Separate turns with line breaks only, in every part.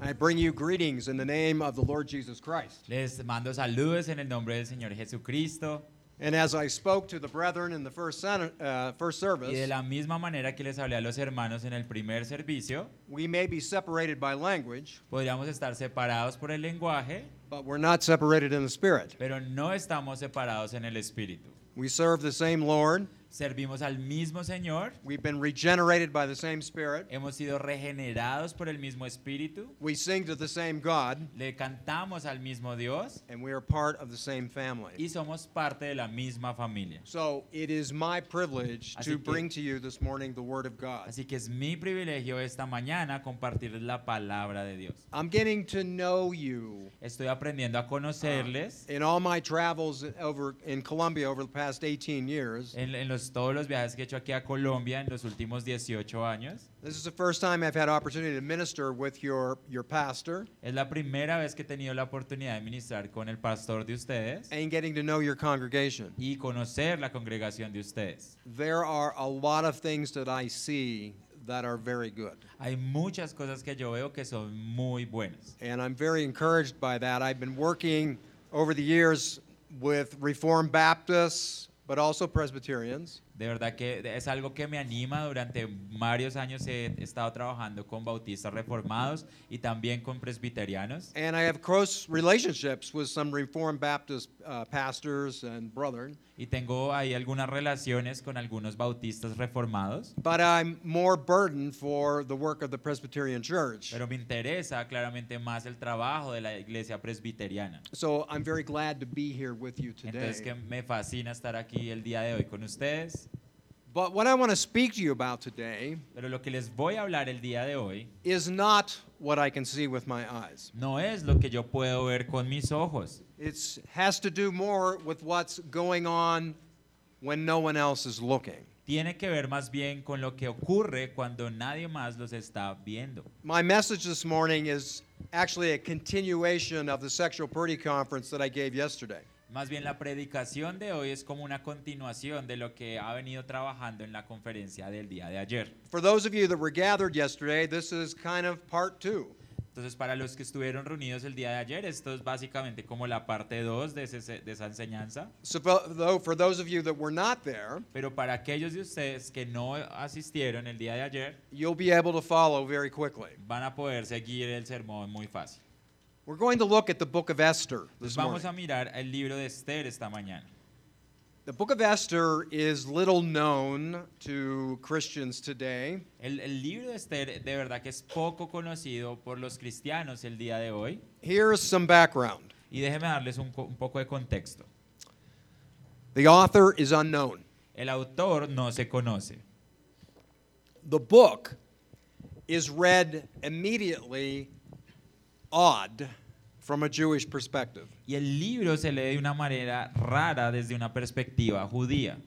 I bring you greetings in the name of the Lord Jesus Christ.
Les mando saludos en el nombre del Señor Jesucristo.
And as I spoke to the brethren in the first, sen- uh, first
Y de
service,
la misma manera que les hablé a los hermanos en el primer servicio,
we may be separated by language,
podríamos estar separados por el lenguaje,
but we're not separated in the spirit.
pero no estamos separados en el espíritu.
We serve the same Lord.
Servimos al mismo Señor,
We've been regenerated by the same spirit.
hemos sido regenerados por el mismo espíritu,
We sing to the same God,
le cantamos al mismo Dios
and we are part of the same family.
y somos parte de la misma familia.
So it is my privilege to
Así que-
bring to you this morning the Word of God.
Así que es mi privilegio esta mañana compartirles la palabra de Dios.
I'm getting to know you.
Estoy aprendiendo a conocerles
In all my travels over in Colombia over the past 18 years,
en, en los, todos los viajes que he hecho aquí a Colombia en los últimos 18 años.
this is the first time I've had opportunity to minister with your, your pastor
Es la primera vez que he tenido la oportunidad de ministrar con el pastor de ustedes
and getting to know your congregation.
y conocer la congregación de ustedes.
There are a lot of things that I see that are very good.
Hay muchas cosas que yo veo que son muy buenas
And I'm very encouraged by that. I've been working over the years with Reformed Baptists, but also Presbyterians.
De verdad que es algo que me anima. Durante varios años he estado trabajando con bautistas reformados y también con presbiterianos.
And I have close relationships with some Reformed Baptist uh, pastors and brethren.
Y tengo ahí algunas relaciones con algunos bautistas reformados.
But I'm more burdened for the work of the Presbyterian Church.
Pero me interesa claramente más el trabajo de la iglesia presbiteriana.
So I'm very glad to be here with you
Entonces que
today.
me fascina estar aquí el día de hoy con ustedes.
But what I want to speak to you about today
Pero lo que les voy a hablar el día de hoy
is not what I can see with my eyes.
no es lo que yo puedo ver con mis ojos,
It has to do more with what's going on when no one else is looking.
tiene que ver más bien con lo que ocurre cuando nadie más los está viendo.
My message this morning is actually a continuation of the sexual purity conference that I gave yesterday.
Más bien la predicación de hoy es como una continuación de lo que ha venido trabajando en la conferencia del día de ayer.
For those of you that were gathered yesterday, this is kind of part two.
Entonces, para los que estuvieron reunidos el día de ayer, esto es básicamente como la parte 2 de, ese- de esa enseñanza.
So, fo- though, for those of you that were not there,
Pero para aquellos de ustedes que no asistieron el día de ayer,
you'll be able to follow very quickly.
van a poder seguir el sermón muy fácil.
We're going to look at the book of Esther
Entonces,
this
vamos
morning.
a mirar el libro de Esther esta mañana.
The book of Esther is little known to Christians today.
El, el libro de Esther de verdad que es poco conocido por los cristianos el día de hoy.
Here's some background
Y déjenme darles un, co- un poco de contexto.
the author is unknown.
El autor no se conoce.
The book is read immediately odd from a Jewish perspective.
Y el libro se lee de una manera rara desde una perspectiva judía.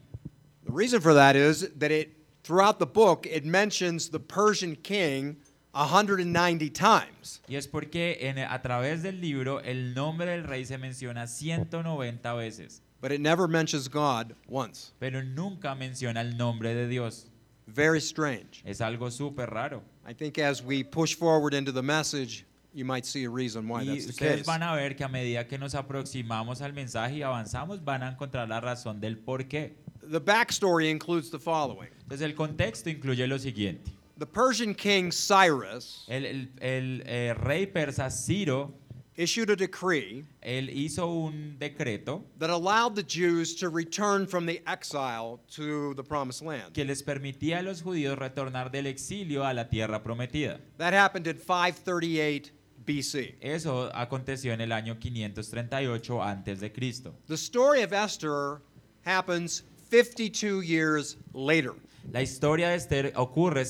The reason for that is that it throughout the book it mentions the Persian king 190 times.
Y es porque en- a través del libro el nombre del rey se menciona 190 veces,
But it never mentions God once.
pero nunca menciona el nombre de Dios.
Very strange.
Es algo súper raro.
I think as we push forward into the message, you might see a reason why
Y
that's the
ustedes
case.
van a ver que a medida que nos aproximamos al mensaje y avanzamos, van a encontrar la razón del por qué.
The backstory includes the following
Entonces el contexto incluye lo siguiente.
The Persian king Cyrus
El, el- el, eh, rey persa Ciro,
issued a decree
él hizo un decreto
that allowed the Jews to return from the exile to the promised land.
que les permitía a los judíos retornar del exilio a la tierra prometida.
That happened in 538 BC.
Eso aconteció en el año 538 antes de Cristo.
The story of Esther happens 52 years later.
La historia de Esther ocurre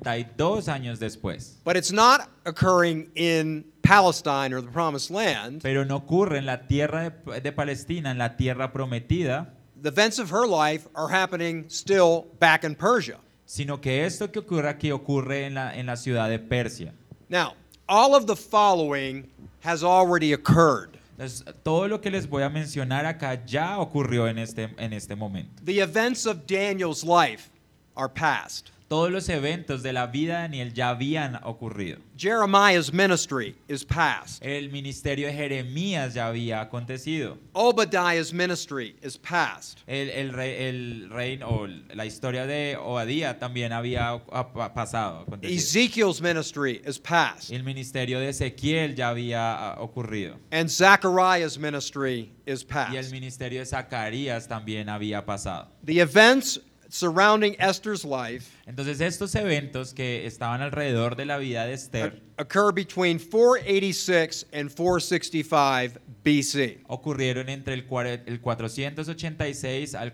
52 años después,
But it's not occurring in Palestine or the promised land.
pero no ocurre en la tierra de, de Palestina, en la tierra prometida,
The events of her life are happening still back in Persia.
sino que esto que ocurre aquí ocurre en la, en la ciudad de Persia.
Now, all of the following has already occurred.
Entonces, todo lo que les voy a mencionar acá ya ocurrió en este, en este momento.
The events of Daniel's life are past.
Todos los eventos de la vida de Daniel ya habían ocurrido.
Jeremiah's ministry is past.
El ministerio de Jeremías ya había acontecido.
Obadiah's ministry is past.
El, el, re- el reino o la historia de Obadía también había ah, pa- pasado. acontecido.
Ezekiel's ministry is past.
El ministerio de Ezequiel ya había ah, ocurrido.
And Zechariah's ministry is
Y el
past.
ministerio de Zacarías también había pasado.
The events surrounding Esther's life
Entonces estos eventos que estaban alrededor de la vida de Esther
occur between 486 and 465 BC.
ocurrieron entre el, cuare- el 486 al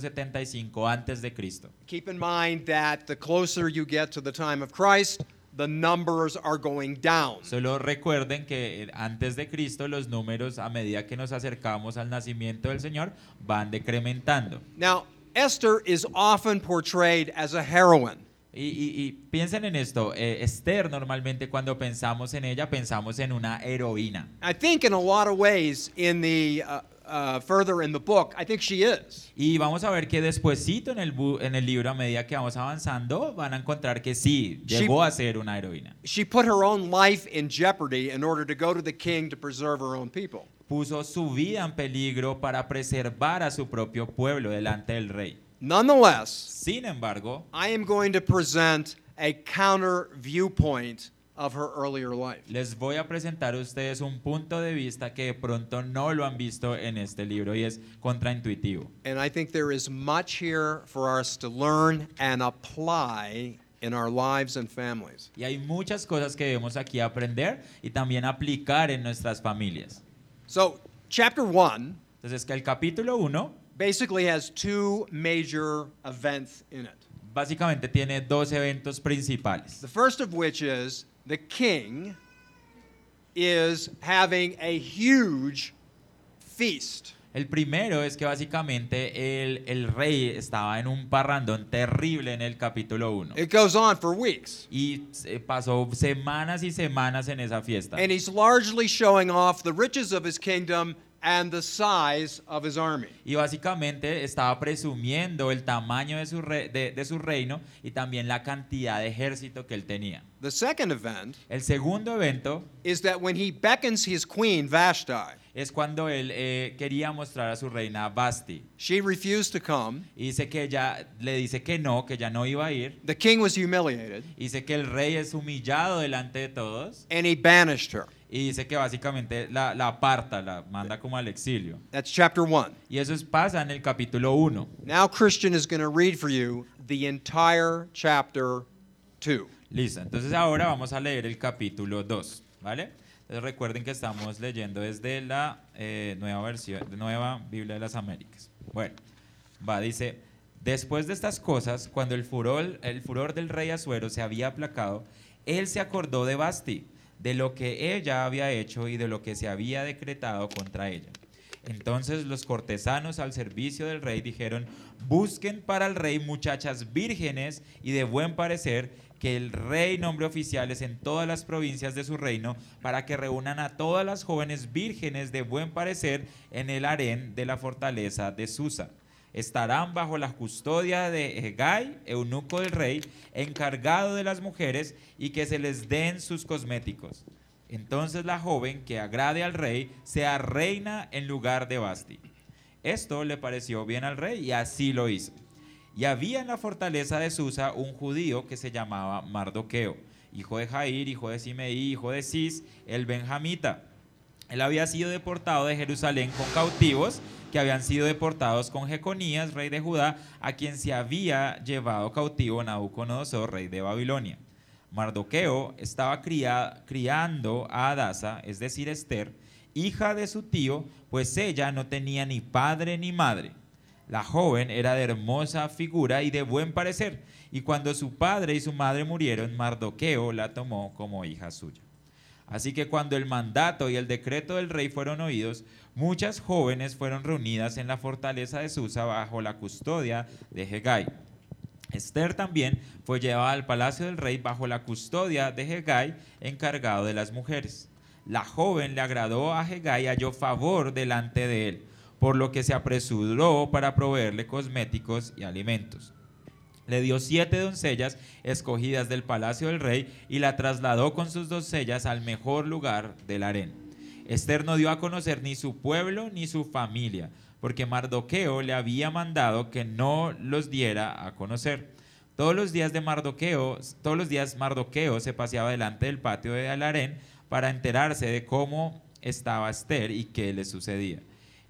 475 antes de Cristo.
Keep in mind that the closer you get to the time of Christ, the numbers are going down.
Solo recuerden que eh, antes de Cristo los números a medida que nos acercamos al nacimiento del Señor van decrementando.
Now, Esther is often portrayed as a heroine.
Y, y- y piensen en esto, eh, Esther normalmente cuando pensamos en ella pensamos en una heroína.
I think in a lot of ways in the uh, uh, further in the book, I think she is.
Y vamos a ver que despuesito en el, bu- en el libro, a medida que vamos avanzando, van a encontrar que sí,
Sí.
llegó a ser una heroína.
She put her own life in jeopardy in order to go to the king to preserve her own people.
Puso su vida en peligro para preservar a su propio pueblo delante del rey.
Nonetheless,
Sin embargo,
I am going to present a counter viewpoint of her earlier life.
les voy a presentar a ustedes un punto de vista que de pronto no lo han visto en este libro y es contraintuitivo.
And I think there is much here for us to learn and apply in our lives and families.
Y hay muchas cosas que debemos aquí aprender y también aplicar en nuestras familias.
So, chapter one
Entonces, que el capítulo 1
basically has two major events in it.
básicamente tiene dos eventos principales.
The first of which is the king is having a huge feast.
El primero es que básicamente el, el rey estaba en un parrandón terrible en el capítulo 1.
It goes on for weeks.
Y se pasó semanas y semanas en esa fiesta.
And he's largely showing off the riches of his kingdom and the size of his army.
Y básicamente estaba presumiendo el tamaño de su, re- de- de su reino y también la cantidad de ejército que él tenía.
The second event
El segundo evento
is that when he beckons his queen, Vashti,
es cuando él eh, quería mostrar a su reina Basti.
she refused to come.
Y dice que ella le dice que no, que ya no iba a ir.
The king was humiliated
Y Dice que el rey es humillado delante de todos.
and he banished her.
Y dice que básicamente la, la aparta, la manda como al exilio.
That's chapter one.
Y eso es- pasa en el capítulo 1.
Now, Christian is going to read for you the entire chapter two.
Listo, entonces ahora vamos a leer el capítulo 2, ¿vale? Entonces recuerden que estamos leyendo desde la eh, nueva versión, nueva Biblia de las Américas. Bueno, va, dice, después de estas cosas, cuando el furor, el furor del rey Azuero se había aplacado, él se acordó de Basti, de lo que ella había hecho y de lo que se había decretado contra ella. Entonces los cortesanos al servicio del rey dijeron, busquen para el rey muchachas vírgenes y de buen parecer, que el rey nombre oficiales en todas las provincias de su reino, para que reúnan a todas las jóvenes vírgenes de buen parecer en el harén de la fortaleza de Susa. Estarán bajo la custodia de Hegai, eunuco del rey, encargado de las mujeres, y que se les den sus cosméticos. Entonces la joven que agrade al rey sea reina en lugar de Basti. Esto le pareció bien al rey y así lo hizo. Y había en la fortaleza de Susa un judío que se llamaba Mardoqueo, hijo de Jair, hijo de Simeí, hijo de Cis, el benjamita. Él había sido deportado de Jerusalén con cautivos que habían sido deportados con Jeconías, rey de Judá, a quien se había llevado cautivo Nabucodonosor, rey de Babilonia. Mardoqueo estaba cria- criando a Adasa, es decir, Esther, hija de su tío, pues ella no tenía ni padre ni madre. La joven era de hermosa figura y de buen parecer, y cuando su padre y su madre murieron, Mardoqueo la tomó como hija suya. Así que cuando el mandato y el decreto del rey fueron oídos, muchas jóvenes fueron reunidas en la fortaleza de Susa bajo la custodia de Hegai. Esther también fue llevada al palacio del rey bajo la custodia de Hegai, encargado de las mujeres. La joven le agradó a Hegai y halló favor delante de él, por lo que se apresuró para proveerle cosméticos y alimentos. Le dio siete doncellas escogidas del palacio del rey y la trasladó con sus doncellas al mejor lugar del harén. Esther no dio a conocer ni su pueblo ni su familia, porque Mardoqueo le había mandado que no los diera a conocer. Todos los días de Mardoqueo, todos los días Mardoqueo se paseaba delante del patio de Alarén para enterarse de cómo estaba Esther y qué le sucedía.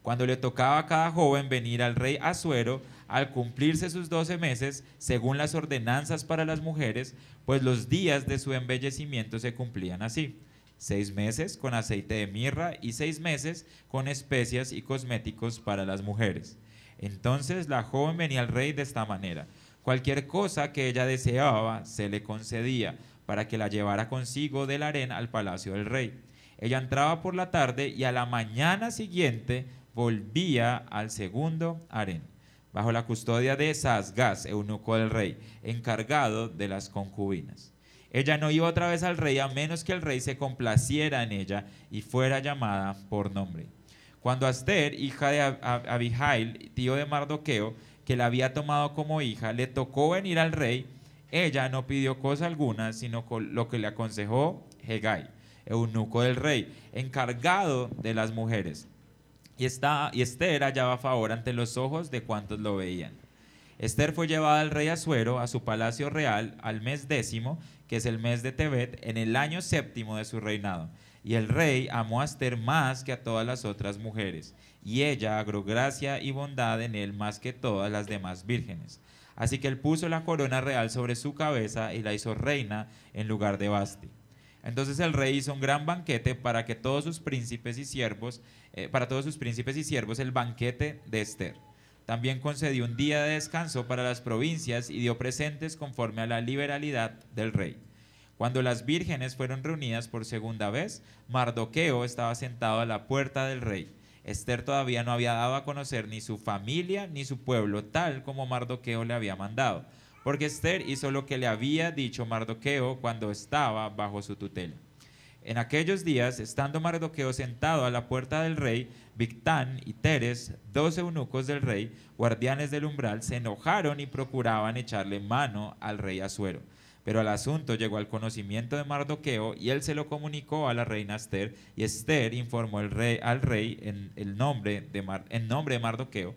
Cuando le tocaba a cada joven venir al rey Azuero, al cumplirse sus doce meses, según las ordenanzas para las mujeres, pues los días de su embellecimiento se cumplían así. Seis meses con aceite de mirra y seis meses con especias y cosméticos para las mujeres. Entonces la joven venía al rey de esta manera. Cualquier cosa que ella deseaba se le concedía para que la llevara consigo del harén al palacio del rey. Ella entraba por la tarde y a la mañana siguiente volvía al segundo harén, bajo la custodia de Sasgas, eunuco del rey, encargado de las concubinas. Ella no iba otra vez al rey a menos que el rey se complaciera en ella y fuera llamada por nombre. Cuando Aster, hija de Abihail, tío de Mardoqueo, que la había tomado como hija, le tocó venir al rey, ella no pidió cosa alguna, sino lo que le aconsejó Hegai, eunuco del rey, encargado de las mujeres. Y, esta, y Esther hallaba favor ante los ojos de cuantos lo veían. Esther fue llevada al rey Azuero a su palacio real al mes décimo, que es el mes de Tebet, en el año séptimo de su reinado. Y el rey amó a Esther más que a todas las otras mujeres, y ella agró gracia y bondad en él más que todas las demás vírgenes. Así que él puso la corona real sobre su cabeza y la hizo reina en lugar de Basti. Entonces el rey hizo un gran banquete para que todos sus príncipes y siervos, eh, para todos sus príncipes y siervos, el banquete de Esther. También concedió un día de descanso para las provincias y dio presentes conforme a la liberalidad del rey. Cuando las vírgenes fueron reunidas por segunda vez, Mardoqueo estaba sentado a la puerta del rey. Esther todavía no había dado a conocer ni su familia ni su pueblo, tal como Mardoqueo le había mandado porque Esther hizo lo que le había dicho Mardoqueo cuando estaba bajo su tutela. En aquellos días, estando Mardoqueo sentado a la puerta del rey, Victán y Teres, dos eunucos del rey, guardianes del umbral, se enojaron y procuraban echarle mano al rey Azuero. Pero el asunto llegó al conocimiento de Mardoqueo y él se lo comunicó a la reina Esther, y Esther informó al rey, al rey en, el nombre de Mar, en nombre de Mardoqueo.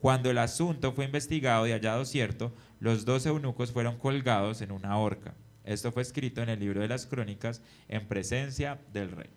Cuando el asunto fue investigado y hallado cierto, los dos eunucos fueron colgados en una horca. Esto fue escrito en el libro de las crónicas en presencia del rey.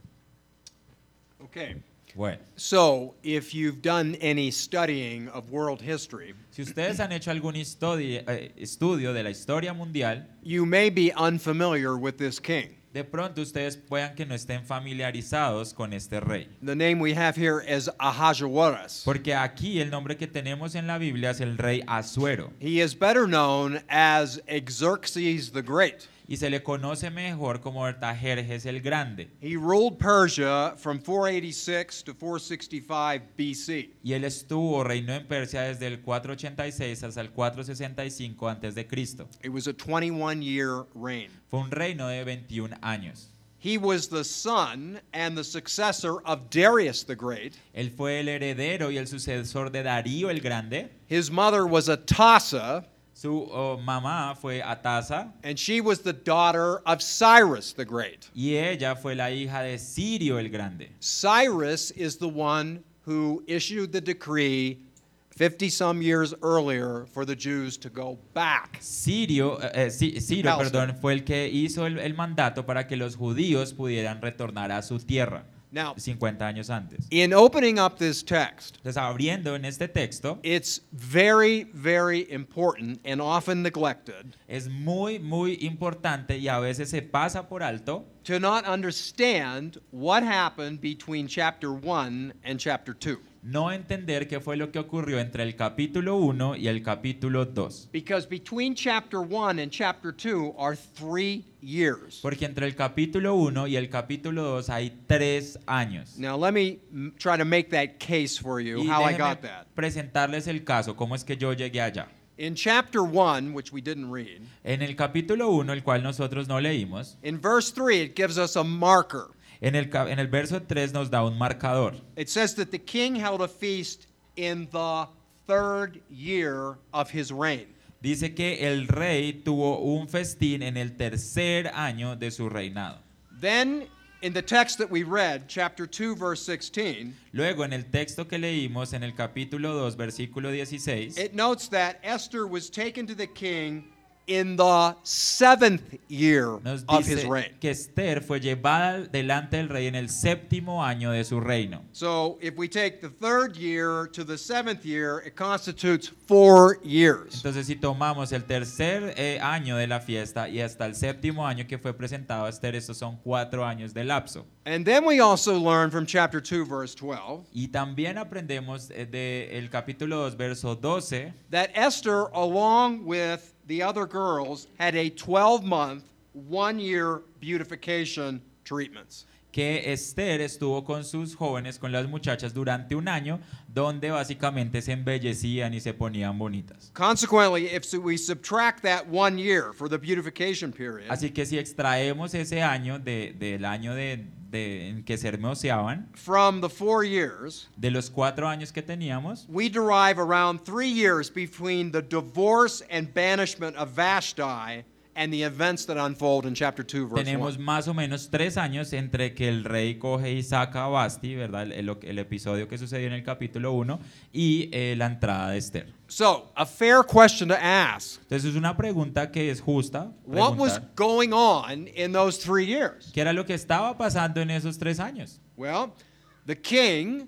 Okay.
Bueno,
So, if you've done any studying of world history,
si ustedes han hecho algún estudi- eh, estudio de la historia mundial,
you may be unfamiliar with this king.
de pronto ustedes puedan que no estén familiarizados con este rey.
The name we have here is Ahasuerus.
Porque aquí el nombre que tenemos en la Biblia es el rey Azuero
He is better known as Xerxes the Great.
y se le conoce mejor como Artajerjes el Grande.
He ruled Persia from 486 to 465 BC.
y él estuvo, reinó en Persia desde el 486 hasta el 465 antes de Cristo.
It was a 21 year reign.
Fue un reino de 21 años.
He was the son and the successor of Darius the Great.
Él fue el heredero y el sucesor de Darío el Grande.
His mother was Atassa,
Su oh, mamá fue Atasa
and she was the daughter of Cyrus the Great.
y ella fue la hija de Sirio el Grande.
Cyrus is the one who issued the decree 50 some years earlier for the Jews to go back.
Sirio, eh, eh, Si- Ciro,
Palestine.
perdón, fue el que hizo el, el mandato para que los judíos pudieran retornar a su tierra
Now,
50 años antes.
in opening up this text,
Entonces, abriendo en este texto,
it's very, very important and often neglected
es muy, muy importante y a veces se pasa por alto
to not understand what happened between chapter 1 and chapter 2.
no entender qué fue lo que ocurrió entre el capítulo 1 y el capítulo 2.
Because between chapter 1 and chapter 2 are three years.
Porque entre el capítulo 1 y el capítulo 2 hay tres años.
Now, let me m- try to make that case for you,
Y
how I
déjenme
got that.
presentarles el caso, cómo es que yo llegué allá.
In chapter 1, which we didn't read,
En el capítulo 1, el cual nosotros no leímos,
in verse 3, it gives us a marker.
en el, ca- en el verso 3 nos da un marcador.
It says that the king held a feast in the third year of his reign.
dice que el rey tuvo un festín en el tercer año de su reinado.
Then, in the text that we read, chapter 2, verse 16,
Luego, en el texto que leímos en el capítulo 2, versículo 16,
it notes that Esther was taken to the king in the seventh year
nos
of his
dice
reign.
que Esther fue llevada delante del rey en el séptimo año de su reino.
So if we take the third year to the seventh year, it constitutes four years.
Entonces, si tomamos el tercer eh, año de la fiesta y hasta el séptimo año que fue presentado a Esther, estos son cuatro años de lapso.
And then we also learn from chapter 2, verse 12,
Y también aprendemos del capítulo 2, verso 12,
that Esther, along with the other girls, had a 12 month, one year beautification treatments.
que Esther estuvo con sus jóvenes, con las muchachas, durante un año, donde básicamente se embellecían y se ponían bonitas.
Consequently, if we subtract that one year for the beautification period,
Así que si extraemos ese año de- del año de, de- en que se hermoseaban,
from the four years,
de los cuatro años que teníamos,
we derive around three years between the divorce and banishment of Vashti and the events that unfold in chapter 2, verse
tenemos
1.
más o menos tres años entre que el rey coge y saca a Basti, ¿verdad? El, el- el episodio que sucedió en el capítulo 1 y eh, la entrada de Esther.
So, a fair question to ask
Entonces es una pregunta que es justa.
what was
preguntar,
going on in those three years?
¿Qué era lo que estaba pasando en esos tres años?
Well, the king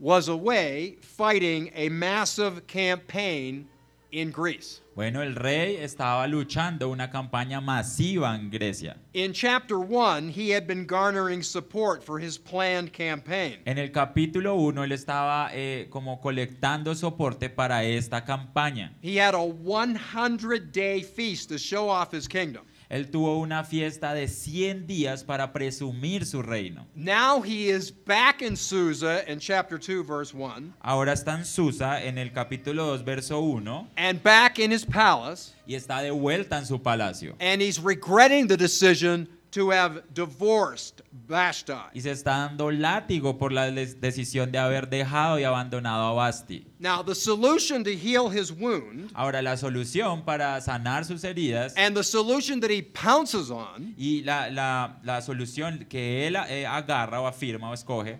was away fighting a massive campaign in Greece.
Bueno, el rey estaba luchando una campaña masiva en Grecia.
In chapter 1, he had been garnering support for his planned campaign.
En el capítulo 1 él estaba eh, como colectando soporte para esta campaña.
He had a 100 day feast to show off his kingdom.
Él tuvo una fiesta de 100 días para presumir su reino.
Now he is back in Susa in chapter 2, verse 1,
Ahora está en Susa en el capítulo 2, verso 1,
and back in his palace,
y está de vuelta en su palacio.
and he's regretting the decision to have divorced Vashti.
Y se está dando látigo por la des- decisión de haber dejado y abandonado a Basti.
Now, the solution to heal his wound
Ahora, la solución para sanar sus heridas
and the solution that he pounces on
y la, la- la solución que él eh, agarra o afirma o escoge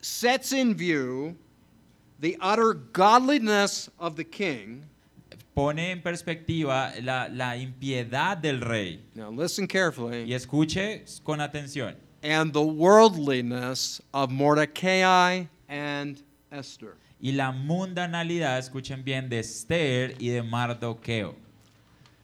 sets in view the utter godliness of the king.
pone en perspectiva la, la impiedad del rey.
Now, listen
Y
carefully.
escuche con atención.
And the worldliness of Mordecai and Esther.
Y la mundanalidad, escuchen bien, de Esther y de Mardoqueo.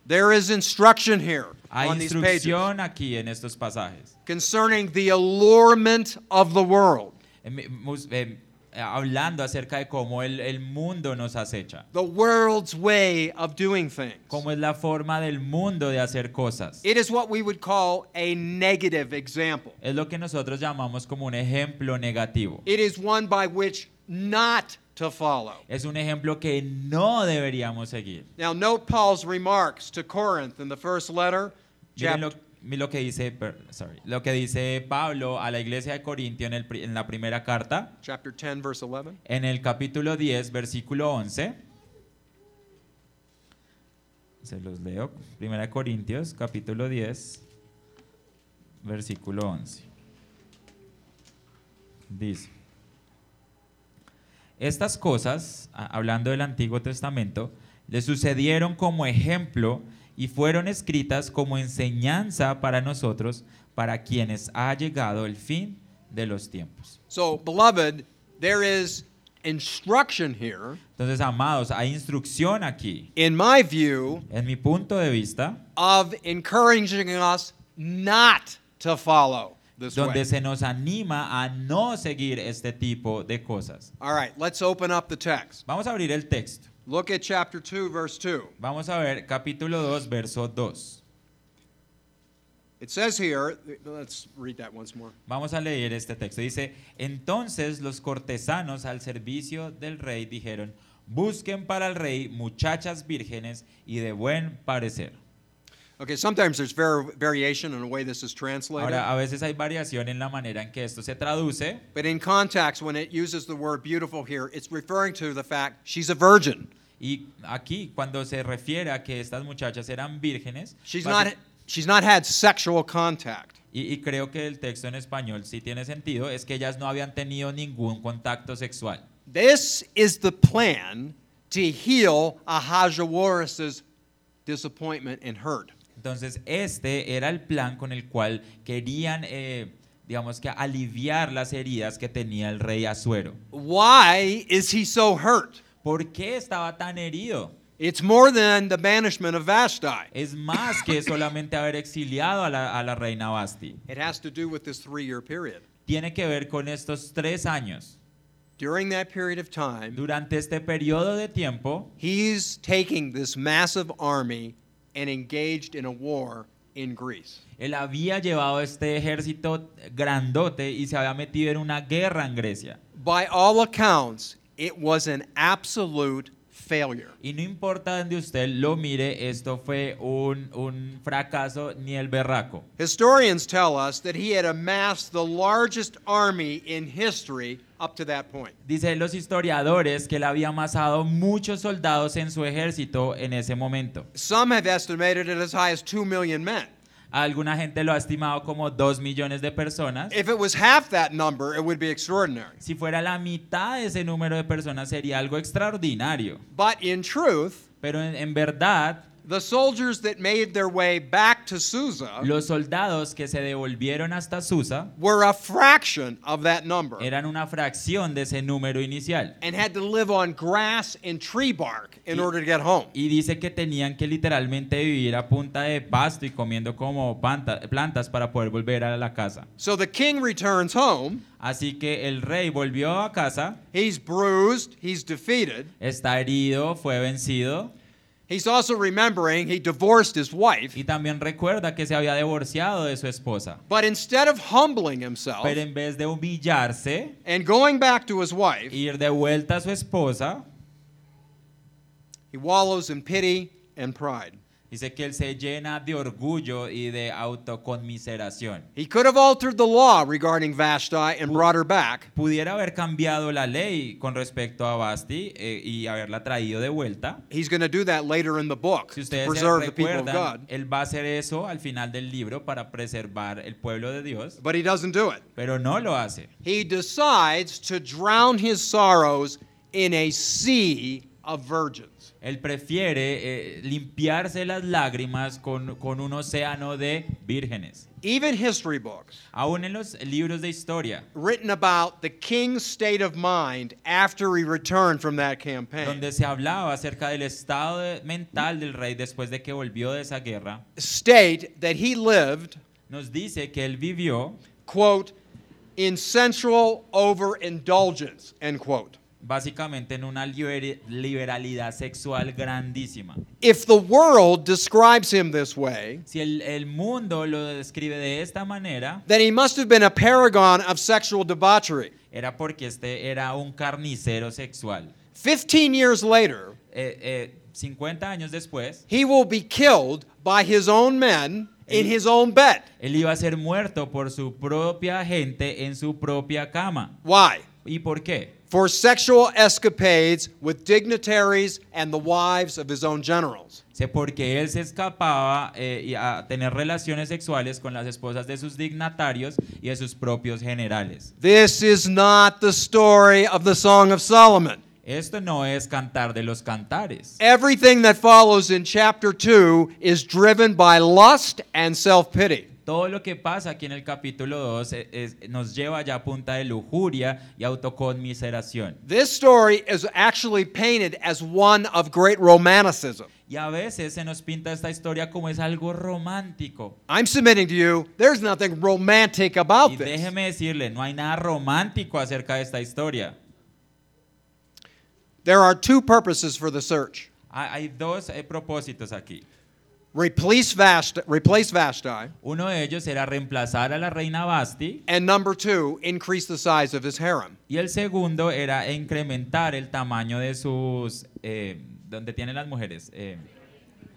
There is instruction here
Hay
on these pages.
instrucción aquí en estos pasajes.
concerning the allurement of the world,
Em, mus- em, hablando acerca de cómo el, el mundo nos acecha.
the world's way of doing things.
Cómo es la forma del mundo de hacer cosas.
It is what we would call a negative example.
Es lo que nosotros llamamos como un ejemplo negativo.
It is one by which not to follow.
Es un ejemplo que no deberíamos seguir.
Now, note Paul's remarks to Corinth in the first letter,
Miren
chapter,
lo, mi- lo que dice, per- sorry, lo que dice Pablo a la iglesia de Corintio en, el pri- en la primera carta,
chapter 10, verse 11.
en el capítulo 10, versículo 11. Se los leo. Primera de Corintios, capítulo 10, versículo 11. Dice, estas cosas, a- hablando del Antiguo Testamento, le sucedieron como ejemplo y fueron escritas como enseñanza para nosotros, para quienes ha llegado el fin de los tiempos.
So, beloved, there is instruction here,
Entonces, amados, hay instrucción aquí,
in my view,
en mi punto de vista,
of encouraging us not to follow this
donde
way.
se nos anima a no seguir este tipo de cosas.
All right, let's open up the text.
Vamos a abrir el texto.
Look at chapter 2, verse 2.
Vamos a ver capítulo 2, verso 2.
It says here, let's read that once more.
Vamos a leer este texto. Dice, entonces los cortesanos al servicio del rey dijeron, busquen para el rey muchachas vírgenes y de buen parecer.
Okay, sometimes there's var- variation in the way this is translated.
Ahora, a veces hay variación en la manera en que esto se traduce,
But in context, when it uses the word beautiful here, it's referring to the fact she's a virgin.
Y aquí, cuando se refiere a que estas muchachas eran vírgenes,
She's
basi-
not, she's not had sexual contact.
y, y creo que el texto en español sí tiene sentido, es que ellas no habían tenido ningún contacto sexual.
This is the plan to heal Ahasuerus' disappointment and hurt.
Entonces, este era el plan con el cual querían, eh, digamos que, aliviar las heridas que tenía el rey Asuero.
Why is he so hurt?
¿Por qué estaba tan herido?
It's more than the banishment of Vashti.
Es más que solamente haber exiliado a la, a la reina Basti.
It has to do with this three year period.
Tiene que ver con estos tres años.
During that period of time,
Durante este periodo de tiempo,
he's taking this massive army and engaged in a war in Greece.
él había llevado este ejército grandote y se había metido en una guerra en Grecia.
By all accounts, it was an absolute failure.
Y no importa donde usted lo mire, esto fue un, un fracaso ni el berraco.
Historians tell us that he had amassed the largest army in history up to that point.
Dicen los historiadores que él había amasado muchos soldados en su ejército en ese momento.
Some have estimated it as high as 2 million men.
Alguna gente lo ha estimado como 2 millones de personas.
If it was half that number, it would be extraordinary.
Si fuera la mitad de ese número de personas sería algo extraordinario.
But in truth,
Pero en, en verdad,
the soldiers that made their way back to Susa
los soldados que se devolvieron hasta Susa
were a fraction of that number
eran una fracción de ese número inicial.
and had to live on grass and tree bark in order to get home.
Y dice que tenían que literalmente vivir a punta de pasto y comiendo como planta- plantas para poder volver a la casa.
So the king returns home.
Así que el rey volvió a casa,
He's bruised, he's defeated.
está herido, fue vencido
He's also remembering he divorced his wife.
y también recuerda que se había divorciado de su esposa.
But instead of humbling himself
Pero en vez de humillarse,
and going back to his wife,
ir de vuelta a su esposa,
he wallows in pity and pride.
dice que él se llena de orgullo y de autoconmiseración.
He could have altered the law regarding Vashti and brought her back,
Pudiera haber cambiado la ley con respecto a Basti eh, y haberla traído de vuelta.
He's going to do that later in the book
Si
to
ustedes se
preserve the people of
recuerdan,
God.
él va a hacer eso al final del libro para preservar el pueblo de Dios,
But he doesn't do it.
pero no lo hace.
He decides to drown his sorrows in a sea of virgins.
Él prefiere eh, limpiarse las lágrimas con, con un océano de vírgenes.
Even history books
Aún en los libros de historia,
written about the king's state of mind after he returned from that campaign
donde se hablaba acerca del estado de- mental del rey después de que volvió de esa guerra,
state that he lived,
nos dice que él vivió
quote, in sensual overindulgence, end quote.
básicamente en una liberi- liberalidad sexual grandísima.
If the world describes him this way,
Si el, el mundo lo describe de esta manera,
then he must have been a paragon of sexual debauchery.
era porque este era un carnicero sexual.
15 years later,
Eh, eh, 50 años después,
he will be killed by his own men in his own bed.
él iba a ser muerto por su propia gente en su propia cama.
Why?
¿Y por qué?
For sexual escapades with dignitaries and the wives of his own generals.
Sé porque él se escapaba eh, y a tener relaciones sexuales con las esposas de sus dignatarios y de sus propios generales.
This is not the story of the Song of Solomon.
Esto no es cantar de los cantares.
Everything that follows in chapter 2 is driven by lust and self pity.
Todo lo que pasa aquí en el capítulo 2 nos lleva ya a punta de lujuria y autoconmiseración.
This story is actually painted as one of great romanticism.
Y a veces se nos pinta esta historia como es algo romántico.
I'm submitting to you, there's nothing romantic
Y
about this.
déjeme decirle, no hay nada romántico acerca de esta historia.
There are two purposes for the search
Ha- Hay dos eh, propósitos aquí.
replace Vashti, replace Vashti,
Uno de ellos era reemplazar a la reina Basti
and number two, increase the size of his harem.
y el segundo era incrementar el tamaño de sus... eh, donde tienen las mujeres. Eh,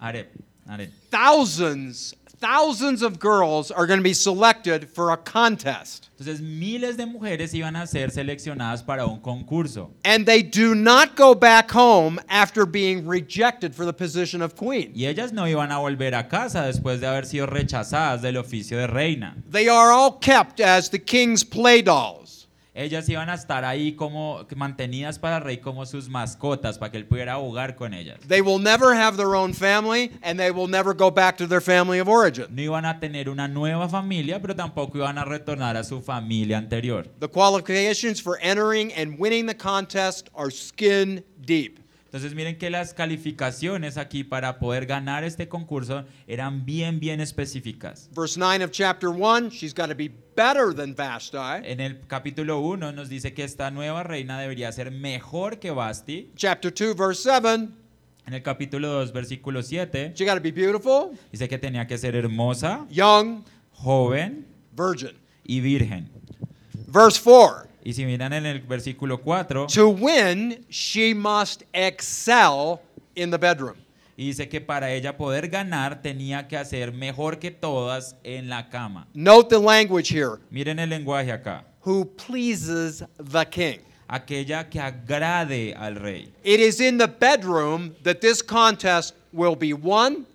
harem, harem.
Thousands, thousands of girls are going to be selected for a contest.
Entonces miles de mujeres iban a ser seleccionadas para un concurso.
And they do not go back home after being rejected for the position of queen.
Y ellas no iban a volver a casa después de haber sido rechazadas del oficio de reina.
They are all kept as the king's play dolls.
Ellas iban a estar ahí como mantenidas para el rey como sus mascotas, para que él pudiera jugar con ellas.
They will never have their own family, and they will never go back to their family of origin.
No iban a tener una nueva familia, pero tampoco iban a retornar a su familia anterior.
The qualifications for entering and winning the contest are skin deep.
Entonces miren que las calificaciones aquí para poder ganar este concurso eran bien, bien específicas.
Verse 9 of chapter 1, she's got to be better than Vashti.
En el capítulo 1 nos dice que esta nueva reina debería ser mejor que Basti.
Chapter 2, verse 7,
En el capítulo 2, versículo 7,
she got to be beautiful,
dice que tenía que ser hermosa,
young,
joven
virgin.
y virgen.
Verse 4,
Y si miran en el versículo 4,
to win, she must excel in the bedroom.
y dice que para ella poder ganar tenía que hacer mejor que todas en la cama.
Note the language here
Miren el lenguaje acá.
who pleases the king.
Aquella que agrade al rey.
It is in the bedroom that this contest will be won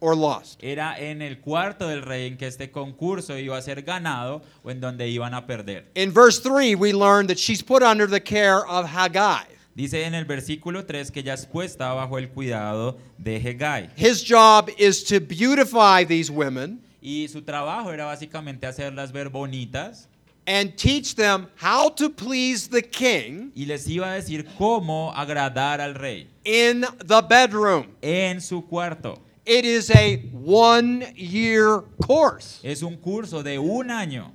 or lost.
Era en el cuarto del rey en que este concurso iba a ser ganado o en donde iban a perder.
In verse 3, we learn that she's put under the care of Haggai.
Dice en el versículo 3 que ella es puesta bajo el cuidado de Hegai.
His job is to beautify these women
Y su trabajo era básicamente hacerlas ver bonitas
and teach them how to please the king
y les iba a decir cómo agradar al rey
in the bedroom.
en su cuarto.
It is a one year course.
Es un curso de un año.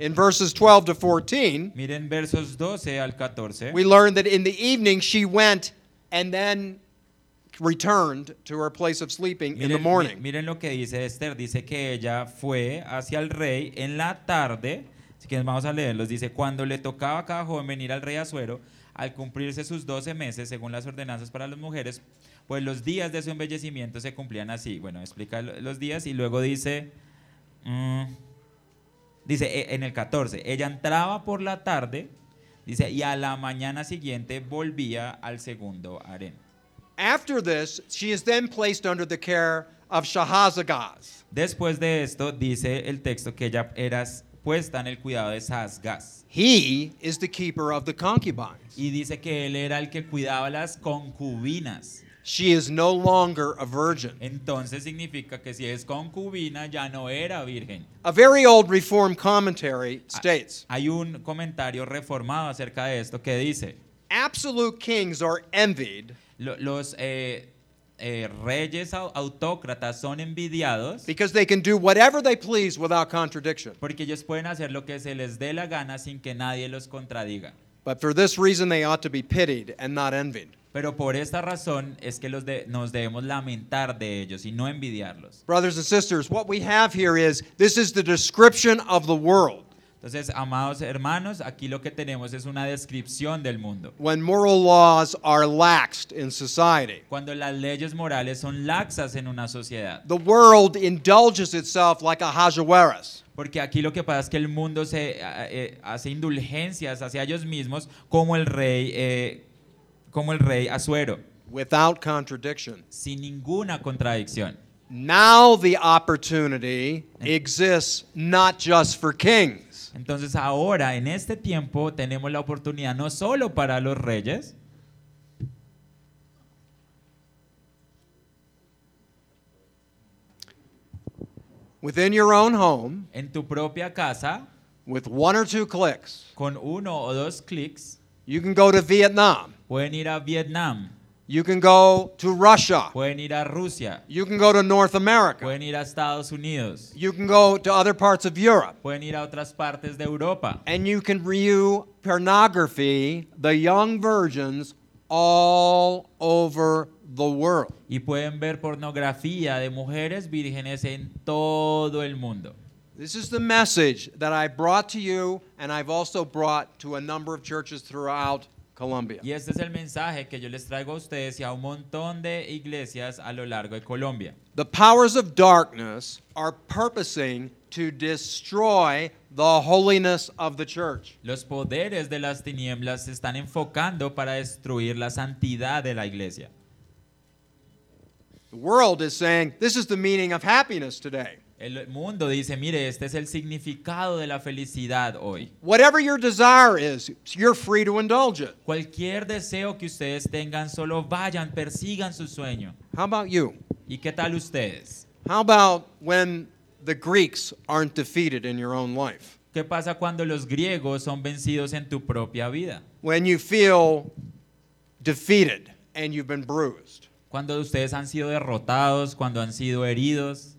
In verses 12 to 14,
Miren versos 12 al 14.
we learn that in the evening she went and then returned to her place of sleeping in the
Miren, mi-
morning.
miren lo que dice Esther. Dice que ella fue hacia el rey en la tarde. Así que vamos a leerlos. Dice, cuando le tocaba a cada joven venir al rey Azuero, al cumplirse sus 12 meses, según las ordenanzas para las mujeres, pues los días de su embellecimiento se cumplían así. Bueno, explica lo- los días y luego dice... mm, Dice e- en el 14, ella entraba por la tarde, dice, y a la mañana siguiente volvía al segundo harén.
After this, she is then placed under the care of Shahazagaz.
Después de esto, dice el texto que ella era puesta en el cuidado de Sasgas.
He is the keeper of the concubines.
Y dice que él era el que cuidaba las concubinas.
She is no longer a virgin.
Entonces significa que si es concubina ya no era virgen.
A very old Reformed commentary states
Hay un comentario reformado acerca de esto que dice,
Absolute kings are envied
"Lo- los eh, eh, reyes au- autócratas son envidiados
because they can do whatever they please without contradiction.
porque ellos pueden hacer lo que se les dé la gana sin que nadie los contradiga.
But for this reason, they ought to be pitied and not envied.
Pero por esta razón es que los de- nos debemos lamentar de ellos y no envidiarlos.
Brothers and sisters, what we have here is this is the description of the world.
Entonces, amados hermanos, aquí lo que tenemos es una descripción del mundo.
When moral laws are laxed in society,
Cuando las leyes morales son laxas en una sociedad.
the world indulges itself like a Hajawaras.
Porque aquí lo que pasa es que el mundo se ah, eh, hace indulgencias hacia ellos mismos como el rey, eh, como el rey Azuero,
without contradiction.
sin ninguna contradicción.
Now the opportunity exists not just for kings,
Entonces ahora, en este tiempo, tenemos la oportunidad no solo para los reyes,
within your own home,
en tu propia casa,
with one or two clicks.
con uno o dos clics,
You can go to Vietnam,
pueden ir a Vietnam,
you can go to Russia,
pueden ir a Rusia,
you can go to North America,
pueden ir a Estados Unidos,
you can go to other parts of Europe,
pueden ir a otras partes de Europa.
and you can view pornography, the young virgins, all over the world.
Y pueden ver pornografía de mujeres vírgenes en todo el mundo.
This is the message that I brought to you, and I've also brought to a number of churches throughout Colombia.
Y este es el mensaje que yo les traigo a ustedes y a un montón de iglesias a lo largo de Colombia.
The powers of darkness are purposing to destroy the holiness of the church.
Los poderes de las tinieblas se están enfocando para destruir la santidad de la iglesia.
The world is saying this is the meaning of happiness today.
El mundo dice, mire, este es el significado de la felicidad hoy.
Whatever your desire is, you're free to indulge it.
Cualquier deseo que ustedes tengan, solo vayan, persigan su sueño.
How about you?
¿Y qué tal ustedes?
How about when the Greeks aren't defeated in your own life?
¿Qué pasa cuando los griegos son vencidos en tu propia vida?
When you feel defeated and you've been bruised?
Cuando ustedes han sido derrotados, cuando han sido heridos.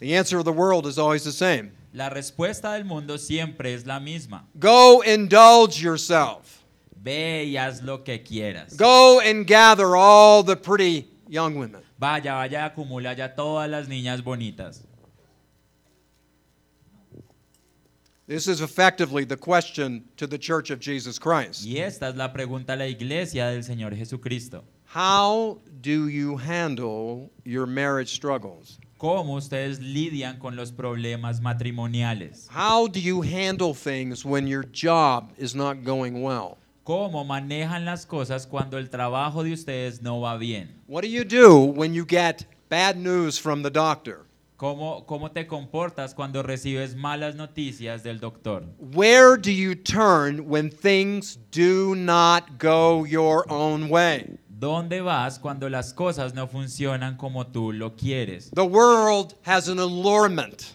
The answer of the world is always the same
La respuesta del mundo siempre es la misma.
go indulge yourself,
Ve y haz lo que quieras.
go and gather all the pretty young women.
Vaya, vaya, acumula ya todas las niñas bonitas.
This is effectively the question to the church of Jesus Christ.
Y esta es la pregunta a la iglesia del Señor Jesucristo.
How do you handle your marriage struggles?
¿Cómo ustedes lidian con los problemas matrimoniales?
How do you handle things when your job is not going well?
¿Cómo manejan las cosas cuando el trabajo de ustedes no va bien?
What do you do when you get bad news from the doctor?
¿Cómo, cómo te comportas cuando recibes malas noticias del doctor?
Where do you turn when things do not go your own way?
¿Dónde vas cuando las cosas no funcionan como tú lo quieres?
The world has an allurement.